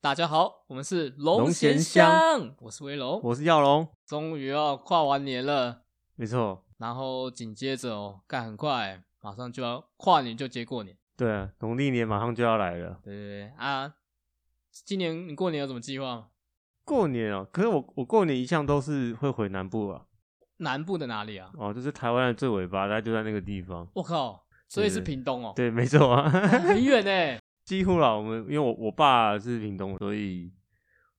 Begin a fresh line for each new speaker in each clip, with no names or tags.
大家好，我们是龙
龙
涎
涎
香，我是威龙。
我是耀龙，
终于要跨完年了，
没错，
然后紧接着哦，干很快，马上就要跨年就接过年，
对啊，农历年马上就要来了，
对对对啊！今年你过年有什么计划吗？
过年哦、可是我我过年一向都是会回南部啊，
南部的哪里啊？
哦，就是台湾的最尾巴，大概就在那个地方，
我靠，所以是
对对
屏东哦，
对，没错啊，
很远呢。
几乎啦，我们因为我我爸是屏东，所以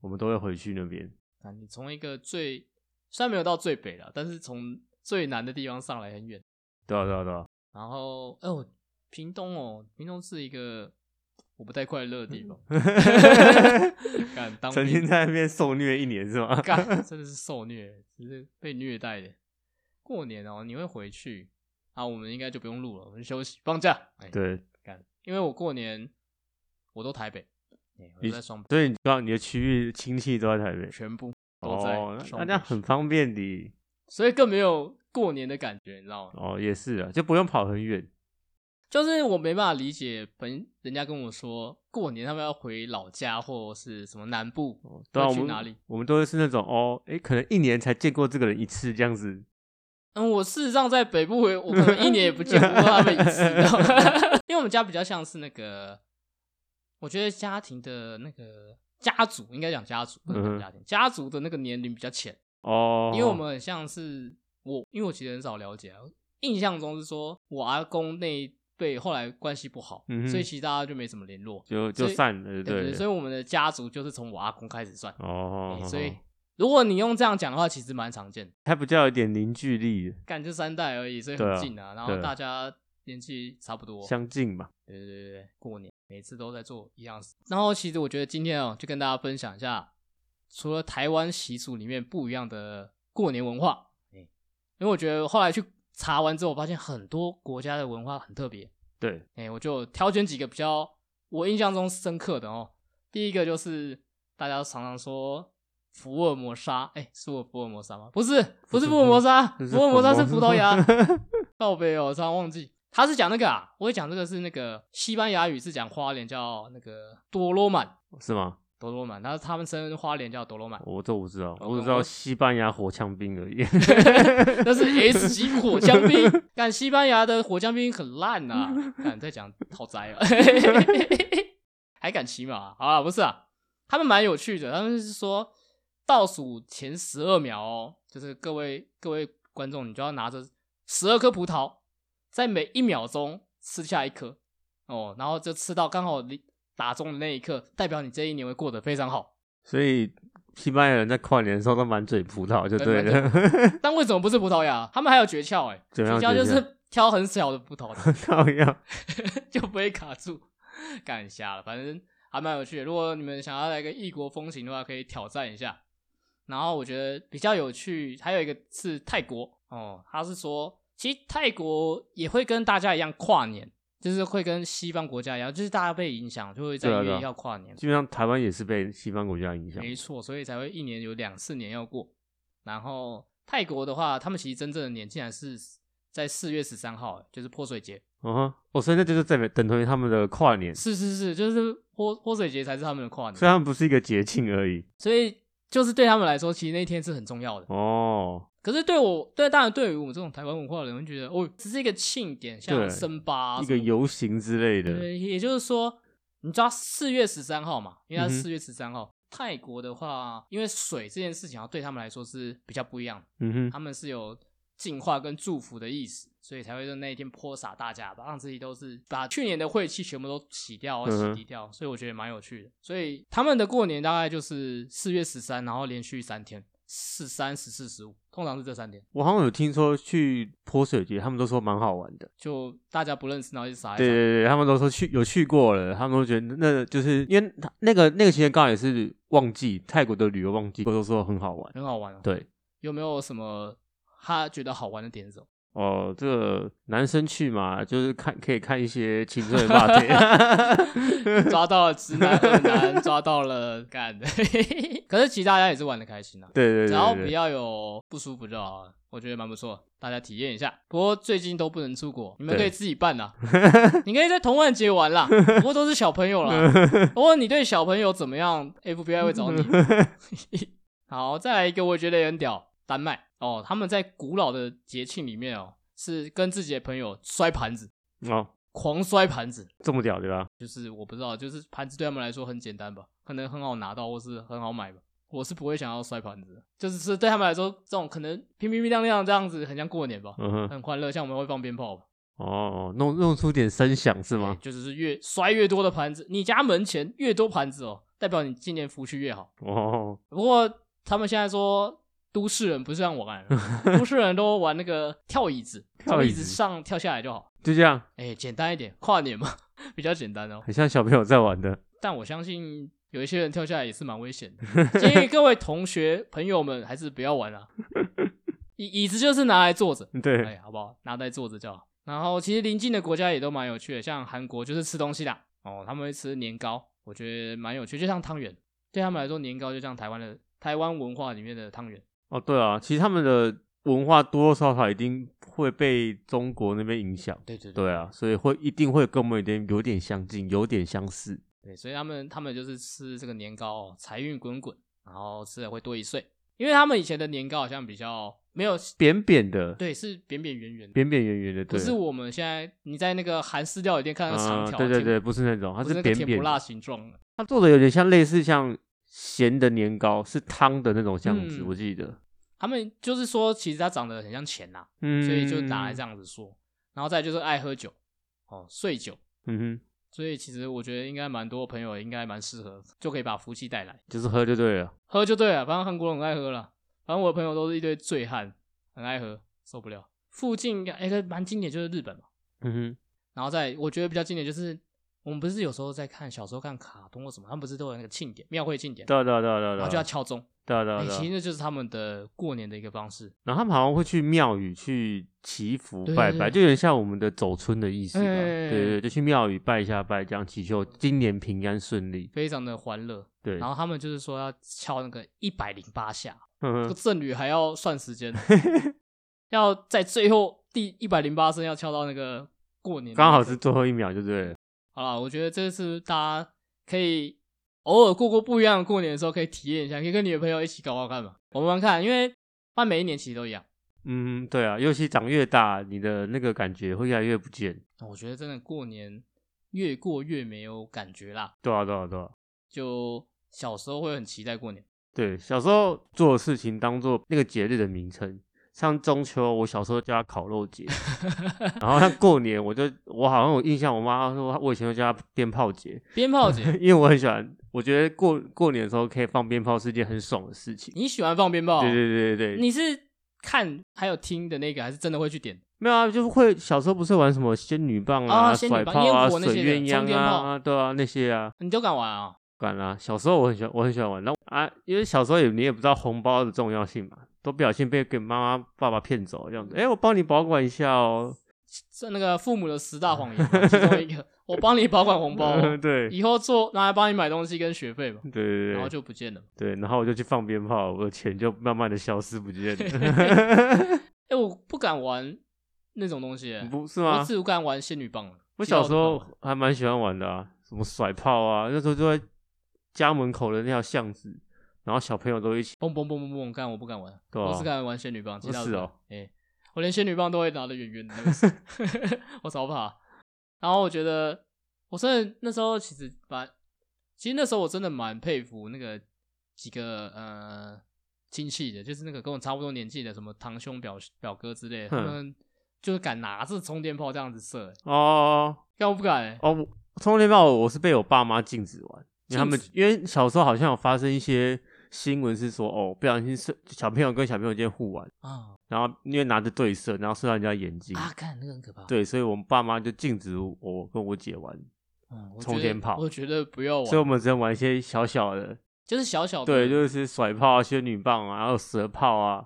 我们都会回去那边，
啊，你从一个最虽然没有到最北了，但是从最南的地方上来很远。
对啊对啊对啊，
然后，哦，屏东哦，屏东是一个我不太快乐的地 方。敢当
曾经
兵
在那边受虐一年是吗？
干，真的是受虐，只是被虐待的。过年哦，你会回去啊？我们应该就不用录了，我们休息放假。哎，
对，
干，因为我过年我都台北，哎、我
你
都在双北，
所以你知道你的区域亲戚都在台北，
全部都在
哦，那那
双
这
北
样很方便的，
所以更没有过年的感觉，你知道吗？
哦，也是啊，就不用跑很远，
就是我没办法理解，本人家跟我说过年他们要回老家或是什么南部，
哦对啊，
要
我
去
们
哪里？
我们都是那种哦，诶，可能一年才见过这个人一次这样子。
嗯，我事实上在北部回，我可能一年也不见过他们一次，你知道吗 因为我们家比较像是那个，我觉得家庭的那个家族应该讲家族，不能讲
嗯
家庭，家族的那个年龄比较浅，
哦，
因为我们很像是我，因为我其实很少了解啊，印象中是说我阿公那一辈后来关系不好，
嗯哼
所以其实大家就没怎么联络，
就
所
就
以
散了，
对不
对
对？所以我们的家族就是从我阿公开始算，
哦
欸，所以如果你用这样讲的话，其实蛮常见的。
它比较有点凝聚力，
干就三代而已，所以
对
很
啊
近啊。然后
对啊
大家年纪差不多，
相近吧。
对对对对，过年每次都在做一样的事。然后其实我觉得今天哦，就跟大家分享一下，除了台湾习俗里面不一样的过年文化，嗯，因为我觉得后来去查完之后，我发现很多国家的文化很特别，
对，
哎、我就挑选几个比较我印象中深刻的哦。第一个就是大家常常说福尔摩沙，哎、是我福尔摩沙吗？不是，不
不
是
是
福尔摩沙，
这是。
福尔摩沙是葡萄牙 靠北哦，我常常忘记。他是讲那个啊，我会讲这个是那个西班牙语是讲花莲叫那个多罗曼，
是吗？
多罗曼，他他们称花莲叫多罗曼，
我这我不知道，
哦
我只知
我
道西班牙火枪兵而已。
那是 S 级火枪兵。但西班牙的火枪兵很烂 呐、啊，敢再讲好宅啊， 还敢骑马啊？好啦不是啊，他们蛮有趣的，他们是说倒数前十二秒哦，就是各位各位观众，你就要拿着十二颗葡萄，在每一秒钟吃下一颗哦，然后就吃到刚好你打中的那一刻，代表你这一年会过得非常好。
所以西班牙人在跨年的时候都满嘴葡萄，就
对
对了。
但为什么不是葡萄牙？他们还有诀窍哎、
怎么样
诀窍就
诀
是挑很小的葡萄，
靠呀，
就不会卡住，干瞎了，反正还蛮有趣的。如果你们想要来个异国风情的话，可以挑战一下。然后我觉得比较有趣，还有一个是泰国哦，他是说，其实泰国也会跟大家一样跨年，就是会跟西方国家一样，就是大家被影响，就会在
对啊
一
对
月
啊
一号跨年。
基本上台湾也是啊被西方国家影响。
没错，所以才会一年有两四年要过。然后泰国的话，他们其实真正的年竟然是在四月十三号，就是泼水节。
哦哈，哦，所以那就是等等同于他们的跨 年，
是是是，就是泼泼水节才是他们的跨
虽
年，
然不是一个啊节庆而已。
所以就是对他们来说，其实那一天是很重要的。
哦，
可是对我，对当然对于我们这种台湾文化的人，会觉得哦，只是一个庆典，像
对
生巴、啊、
一个
游。
游行之类的。
对，也就是说，你知道四月十三号嘛？因为它
嗯
是
哼
四月十三号。泰国的话，因为水这件事情啊，对他们来说是比较不一样的。
嗯哼，
他们是有净化跟祝福的意思，所以才会在那一天泼洒大家，把让自己都是把去年的晦气全部都洗掉、
嗯
洗
哼
涤掉，所以我觉得蛮有趣的。所以他们的过年大概就是四月十三，然后连续三天，十三、十四、十五，通常是这三天，
我好像有听说去泼水节，他们都说蛮好玩的。
就大家不认识，然后一直撒一
对
撒。
对对，他们都说去有去过了，他们都觉得那就是因为他那个那个期间刚好也是旺季，泰国的旅游旺季，都说很好玩。
很好玩哦。
对，
有没有什么他觉得好玩的点是什么？
哦，这个男生去嘛，就是看可以看一些青春的 霸天。
抓到了直男、二男，抓到了干的。 可是其实大家也是玩的开心啊，
对对对
只要
对
不
对，
要有不舒服就好了，我觉得蛮不错，大家体验一下。不过最近都不能出国，你们可以
对
自己办 啦，你可以在同万节玩啦，不过都是小朋友 啦。不过你对小朋友怎么样，FBI 会找你。好，再来一个，我觉得也很屌，丹麦哦，他们在古老的节庆里面哦，是跟自己的朋友摔盘子，
哦，
狂摔盘子，
这么屌对吧？
就是我不知道，就是盘子对他们来说很简单吧，可能很好拿到或是很好买吧。我是不会想要摔盘子的，就是是对他们来说，这种可能平平亮亮这样子，很像过年吧，
嗯哼，
很欢乐。像我们会放鞭炮吧，
哦哦，弄弄出点声响是
哎
吗？
就只是越摔越多的盘子，你家门前越多盘子哦，代表你今年福气越好。
哦，
不过他们现在说，都市人不是这样玩的，啊都市人都玩那个跳椅子，
跳
从椅
椅
子
子
上跳下来就好。
就这样，
哎、简单一点，跨年嘛， 比较简单哦。
很像小朋友在玩的。
但我相信有一些人跳下来也是蛮危险的，建议各位同学朋友们还是不要 玩了、椅椅子就是拿来坐着，
对，
哎，好不好？拿来坐着就好。然后其实邻近的国家也都蛮有趣的，像韩国就是吃东西啦，哦，他们会吃年糕，我觉得蛮有趣，就像汤圆，对他们来说年糕就像台湾的台湾文化里面的汤圆。
哦对啊，其实他们的文化多多少少一定会被中国那边影响。
对对
对啊，所以会一定会跟我们有点有点相近，有点相似。
对，所以他们他们就是吃这个年糕、哦，财运滚滚，然后吃了会多一岁，因为他们以前的年糕好像比较没有，
扁扁的，
对，是扁扁圆圆的。
扁扁圆圆的，
不
对，
是我们现在你在那个韩式料理店看到长
啊
条、
对对对，
甜，
不是那种，它
不是那个
扁
甜
扁
不辣
的，
形状的。
它做的有点像类似像咸的年糕，是汤的那种样子，
嗯
我记得，
他们就是说，其实它长得很像钱呐、
嗯，
所以就拿来这，样子说。然后再就是爱喝酒，哦，碎酒。
嗯哼，
所以其实我觉得应该蛮多朋友应该蛮适合，就可以把福气带来，
就是喝就对了，
喝就对了。反正韩国人很爱喝了，反正我的朋友都是一堆醉汉，很爱喝，受不了。附近应该哎，个蛮经典就是日本嘛，
嗯
然后再我觉得比较经典就是我们不是有时候在看小时候看卡通或什么，他们不是都有那个庆典庙会庆典
哼，，对啊对啊对啊对啊，
然后就要敲钟。
对啊对啊
哎、
对啊
其实那就是他们的过年的一个方式。
然后他们好像会去庙宇去祈福
对
拜
对
拜，
对
就有点像我们的走村的意思吧，
哎哎哎
对对对，就去庙宇拜一下拜，这样祈求今年平安顺利，
非常的欢乐，
对，
然后他们就是说要敲那个一百零八下，
嗯
这个
哼
赠侣还要算时 间，要在最后第一百零八声要敲到那个过年的那个，
刚好是最后一秒，就对了。
好了。我觉得这是大家可以偶尔过过不一样的过年的时候，可以体验一下，可以跟你的朋友一起搞搞看嘛，玩玩看，因为办每一年其实都一样。
嗯，对啊，尤其长越大，你的那个感觉会越来越不见。
我觉得真的过年越过越没有感觉啦，
对啊，对啊，对啊，
就小时候会很期待过年，
对，小时候做的事情当做那个节日的名称，像中秋，我小时候叫它烤 肉节，然后像过年，我就我好像有印象，我妈说我以前就叫它鞭炮节，
鞭炮节，
因为我很喜欢，我觉得过过年的时候可以放鞭炮是一件很爽的事情。
你喜欢放鞭炮哦？
对对对对对，
你是看还有听的那个，还是真的会去点？
没有啊，就会小时候不是玩什么仙女棒
啊
啊、
仙女
甩
棒
炮啊、
烟火那些
水
的
鸳
冲
鸯
天炮
啊，对啊那些啊，
你都敢玩啊、
管啦、小时候我很喜欢，我很喜欢玩。然后啊，因为小时候也你也不知道红包的重要性嘛，都不小心被给妈妈爸爸骗走这样子。哎、我帮你保管一下哦。
这那个父母的十大谎言 嘛其中一个，我帮你保管红包哦、
对
以后做拿来帮你买东西跟学费嘛，
对对
然后
对
就不见了。
对，然后我就去放鞭炮，我的钱就慢慢的消失不见 了。
哎、我不敢玩那种东西、欸，
不是
我
吗？
只敢玩仙女棒了。
我小时候
其他我
还蛮喜欢玩的啊，什么甩炮啊，那时候就在家门口的那条巷子，然后小朋友都一起。
都不敢玩，嘣嘣嘣嘣嘣，干我不敢玩，
对啊
我只敢玩仙女棒，其他
是哦，
哎、我连仙女棒都会拿得远远的 那个时候， 我超怕。然后我觉得，我真的那时候其实蛮，其实那时候我真的蛮佩服那个几个呃亲戚的，就是那个跟我差不多年纪的，什么堂兄表表哥之类的，他
哼
们就是敢拿着充电炮这样子射、欸，
哦
干我不敢、欸。
哦，充电炮我是被我爸妈禁止玩，因为他们
禁止
因为小时候好像有发生一些新闻是说，哦，不小心射小朋友跟小朋友之间互玩，
啊
然后因为拿着对射，然后射到人家眼睛。
啊，看那个很可怕。，
对，所以我们爸妈就禁止我跟我姐玩，
嗯、我觉
冲
得
天炮
我觉得不要
所以我
玩，
们只能玩一些小小的，
就是小小的，
对，就是甩炮啊、仙女棒啊，还有蛇炮啊，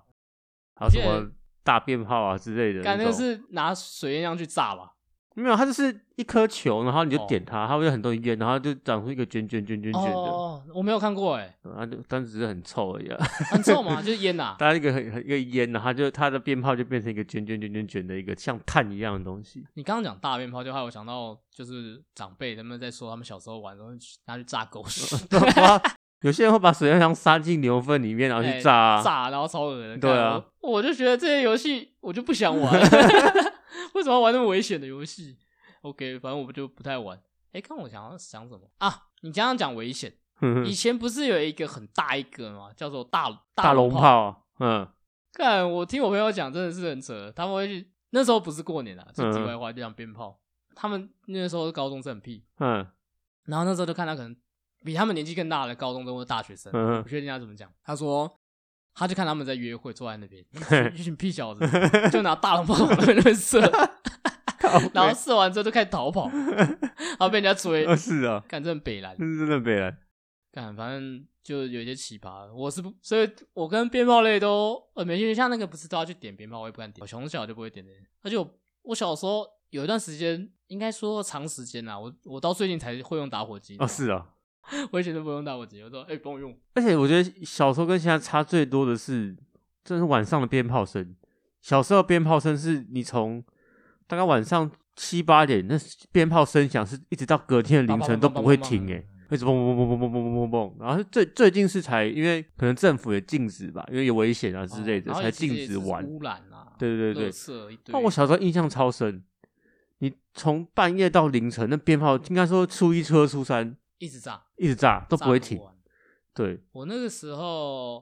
还
我
有
记
什
得
么大便炮啊之类的
干
那
那
种。
个是拿水烟枪去炸吧？
没有，它就是一颗球，然后你就
哦
点它，它会有很多烟，然后就长出一个卷卷卷卷卷的，
哦，我没有看过哎，
然后就但只是很臭而已、啊。
很臭吗？就是烟呐。
它一个很很一个烟，然后它就它的鞭炮就变成一个卷卷卷卷卷的一个像碳一样的 东西。
你刚刚讲大便炮，就害我想到就是长辈他们在说他们小时候玩的时候拿去炸狗屎，
哇有些人会把水烟枪杀进牛粪里面，然后去炸、啊
哎炸然后超恶心。
对啊
干，我我就觉得这些游戏我就不想玩，为什么要玩那么危险的游戏？OK，反正我就不太玩。哎，刚我想要想什么啊？你刚刚讲危险，
哼
以
哼
前不是有一个很大一个吗？叫做大
大龙
炮。
炮啊，嗯，
看，我听我朋友讲，真的是很扯。他们会去那时候不是过年啊，就题外话，就讲鞭炮。他们那时候高中生很屁，
嗯
然后那时候就看他可能比他们年纪更大的高中生或者大学生，
嗯
我不确定他怎么讲。他说，他就看他们在约会，坐在那边，一群屁小子，就拿大龙炮往那边射，然后射完之后就开始逃跑，然后被人家追，
呃是啊，
干这很北蓝
这，是真的北来，
干反正就有一些奇葩。我是不，所以我跟鞭炮类都呃没兴趣，像那个不是都要去点鞭炮，我也不敢点，我从小就不会点的。而且我我小时候有一段时间，应该说长时间啦，我我到最近才会用打火机
哦，是啊。
我以前都不用打火机，我说哎、帮我用。
而且我觉得小时候跟现在差最多的是，真的是晚上的鞭炮声。小时候鞭炮声是你从大概晚上七八点，那鞭炮声响是一直到隔天的凌晨都不会停、欸，一直嘣嘣嘣嘣嘣嘣嘣嘣嘣。然后最最近是才因为可能政府也禁止吧，因为有危险啊之类
哦
的，
然后
才
其实也
禁止
是
玩。
污染啊，
对对对
垃圾一堆。
那我小时候印象超深，你从半夜到凌晨，那鞭炮应该说初一、初二、初三
一直炸
一直炸都不会
炸啊
停。
完
对，
我那个时候，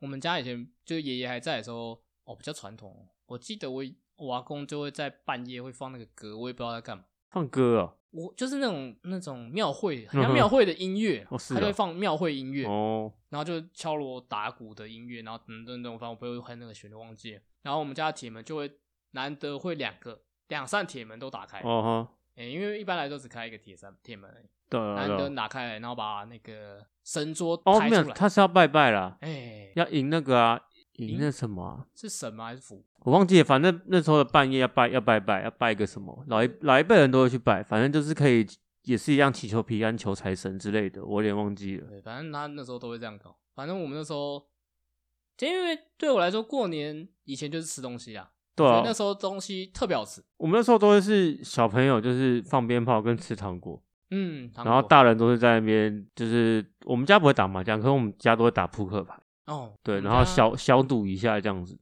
我们家以前就爷爷还在的时候，哦，比较传统。我记得我我阿公就会在半夜会放那个歌，我也不知道在干嘛。
放歌哦，
我就是那种那种庙会，很
嗯
像
哼
庙会的音乐，
哦是
他就
啊
会放庙会音乐，
哦，
然后就敲锣打鼓的音乐，然后等等等，反正我不会哼那个旋律，忘记了。然后我们家的铁门就会难得会两个两扇铁门都打开，
哦哈，
诶因为一般来说只开一个铁扇铁门而已，
对啊
难
对啊
得打开来，然后把那个神桌
哦，
抬
没有，
出来。
他是要拜拜啦，
哎、
要赢那个啊，赢
赢
那什么啊、
是神吗？还是符？
我忘记了，反正那时候的半夜要拜，要拜拜，要拜一个什么，老一老一辈人都会去拜，反正就是可以，也是一样祈求平安、求财神之类的，我有点忘记了。
对，反正他那时候都会这样搞。反正我们那时候，就因为对我来说，过年以前就是吃东西啊，
对
所
啊
以，那时候东西特别好吃。
我们那时候都会是小朋友，就是放鞭炮跟吃糖果，
嗯，糖
然后
果
大人都是在那边，就是我们家不会打麻将，可是我们家都会打扑克牌，
哦，
对，
我们
然
家，
后小小赌一下这样子。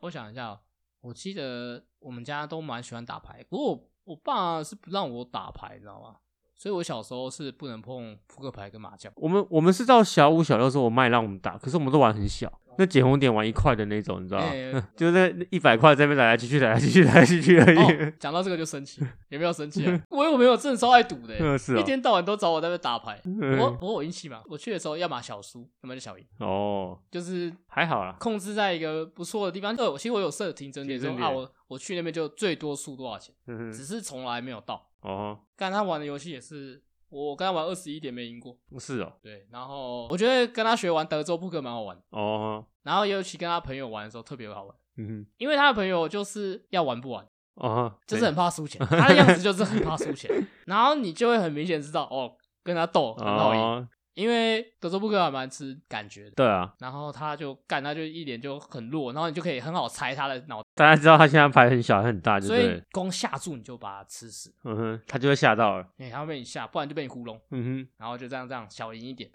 我想一下哦，我记得我们家都蛮喜欢打牌，不过我我爸是不让我打牌，你知道吗？所以我小时候是不能碰扑克牌跟麻将。
我们我们是到小五小六的时候，我妈也让我们打，可是我们都玩很小，那捡红点玩一块的那种，你知道吗？
哦哎
就是啊那一百块在那边来来去去，来来去去，来来去去而已。
哦，讲到这个就生气，有没有生气啊？我有没有正超爱赌的欸、
嗯 是哦
一天到晚都找我在那边打牌。
嗯
我我有运气嘛，我去的时候要么小输，要么就小赢，
哦，
就是
还好啦。
控制在一个不错的地方。对，我其实我有设停整点说
停整
啊，
点
我我去那边就最多输多少钱，
嗯
只是从来没有到。
哦，
跟他玩的游戏也是，我跟他玩二十一点没赢过。
是哦，
对，然后我觉得跟他学玩德州扑克蛮好玩，
哦，
然后尤其跟他朋友玩的时候特别好玩，
嗯
因为他的朋友就是要玩不玩，
哼，哦，
就是很怕输钱，他的 样子就是很怕输钱，然后你就会很明显知道哦，跟他斗很好赢，
哦，
因为德州扑克还蛮吃感觉的。
对啊，
然后他就干，他就一脸就很弱，然后你就可以很好猜他的脑
大家知道他现在牌很小很大，就
所以
对，
光吓住你就把它吃死，
嗯哼，他就会吓到了，
哎、它会被你吓，不然就被你糊弄，
嗯
然后就这样这样小赢一点。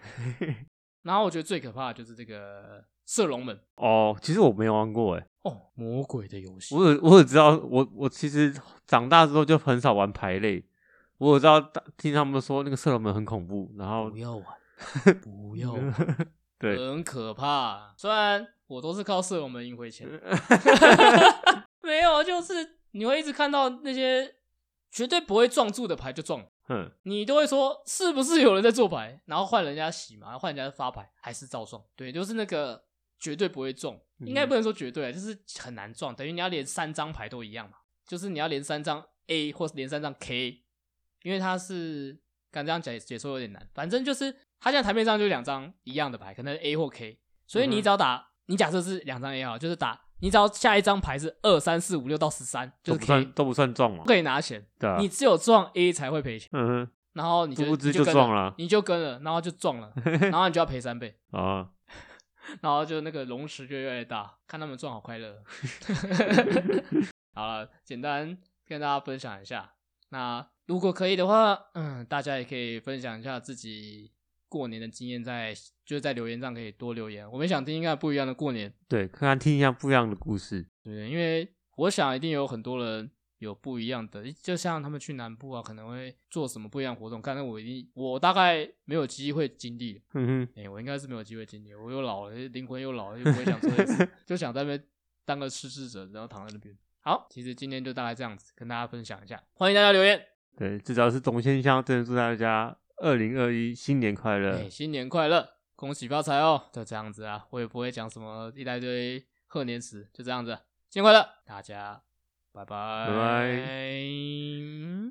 然后我觉得最可怕的就是这个射龙门
哼，哦，其实我没有玩过，哎，
哦，魔鬼的游戏。
我有我只知道，我我其实长大之后就很少玩牌类，我有知道听他们说那个射龙门很恐怖，然后
不要玩，不要玩，
对，
很可怕。虽然我都是靠射龙门赢回 钱，没有，就是你会一直看到那些绝对不会撞住的牌就撞了。
嗯，
你都会说是不是有人在做牌，然后换人家洗嘛，换人家发牌，还是照撞？对，就是那个绝对不会中，
嗯
应该不能说绝对啊，就是很难撞，等于你要连三张牌都一样嘛，就是你要连三张 A 或是连三张 K，因为它是刚这样解解说有点难，反正就是它现在台面上就两张一样的牌，可能 A 或 K，所以
嗯
你
哼
只要打，你假设是两张 A 好了，就是打你只要下一张牌是二三四五六到十三，就
都
是可
哦不
以
算都不算中嘛
不，可以拿钱，
对啊
你，只有撞 A 才会赔钱，
嗯哼，
然后你
殊
就
不知
你就跟
撞了
你就跟了，然后就撞了，然后你就要赔三倍，
啊，
然后就那个龙池就越来越大，看他们撞好快 乐。好了，简单跟大家分享一下。那如果可以的话，嗯，大家也可以分享一下自己过年的经验在，就是在留言上可以多留言。我们想听一下不一样的过年，
对，看看听一下不一样的故事，
对不对？因为我想一定有很多人有不一样的，就像他们去南部啊，可能会做什么不一样的活动。但是我一定，我大概没有机会经历，
嗯哼，
哎、我应该是没有机会经历，我又老了，灵魂又老了，又不会想做这些事就想在那边当个失智者，然后躺在那边。好，其实今天就大概这样子，跟大家分享一下，欢迎大家留言。
对，至少是总先香，真的祝大家二零二一新年快
哎、
乐，
新年快乐，恭喜发财哦！就这样子啊，我也不会讲什么一大堆贺年词，就这样子，新年快乐，大家拜拜，
拜拜
嗯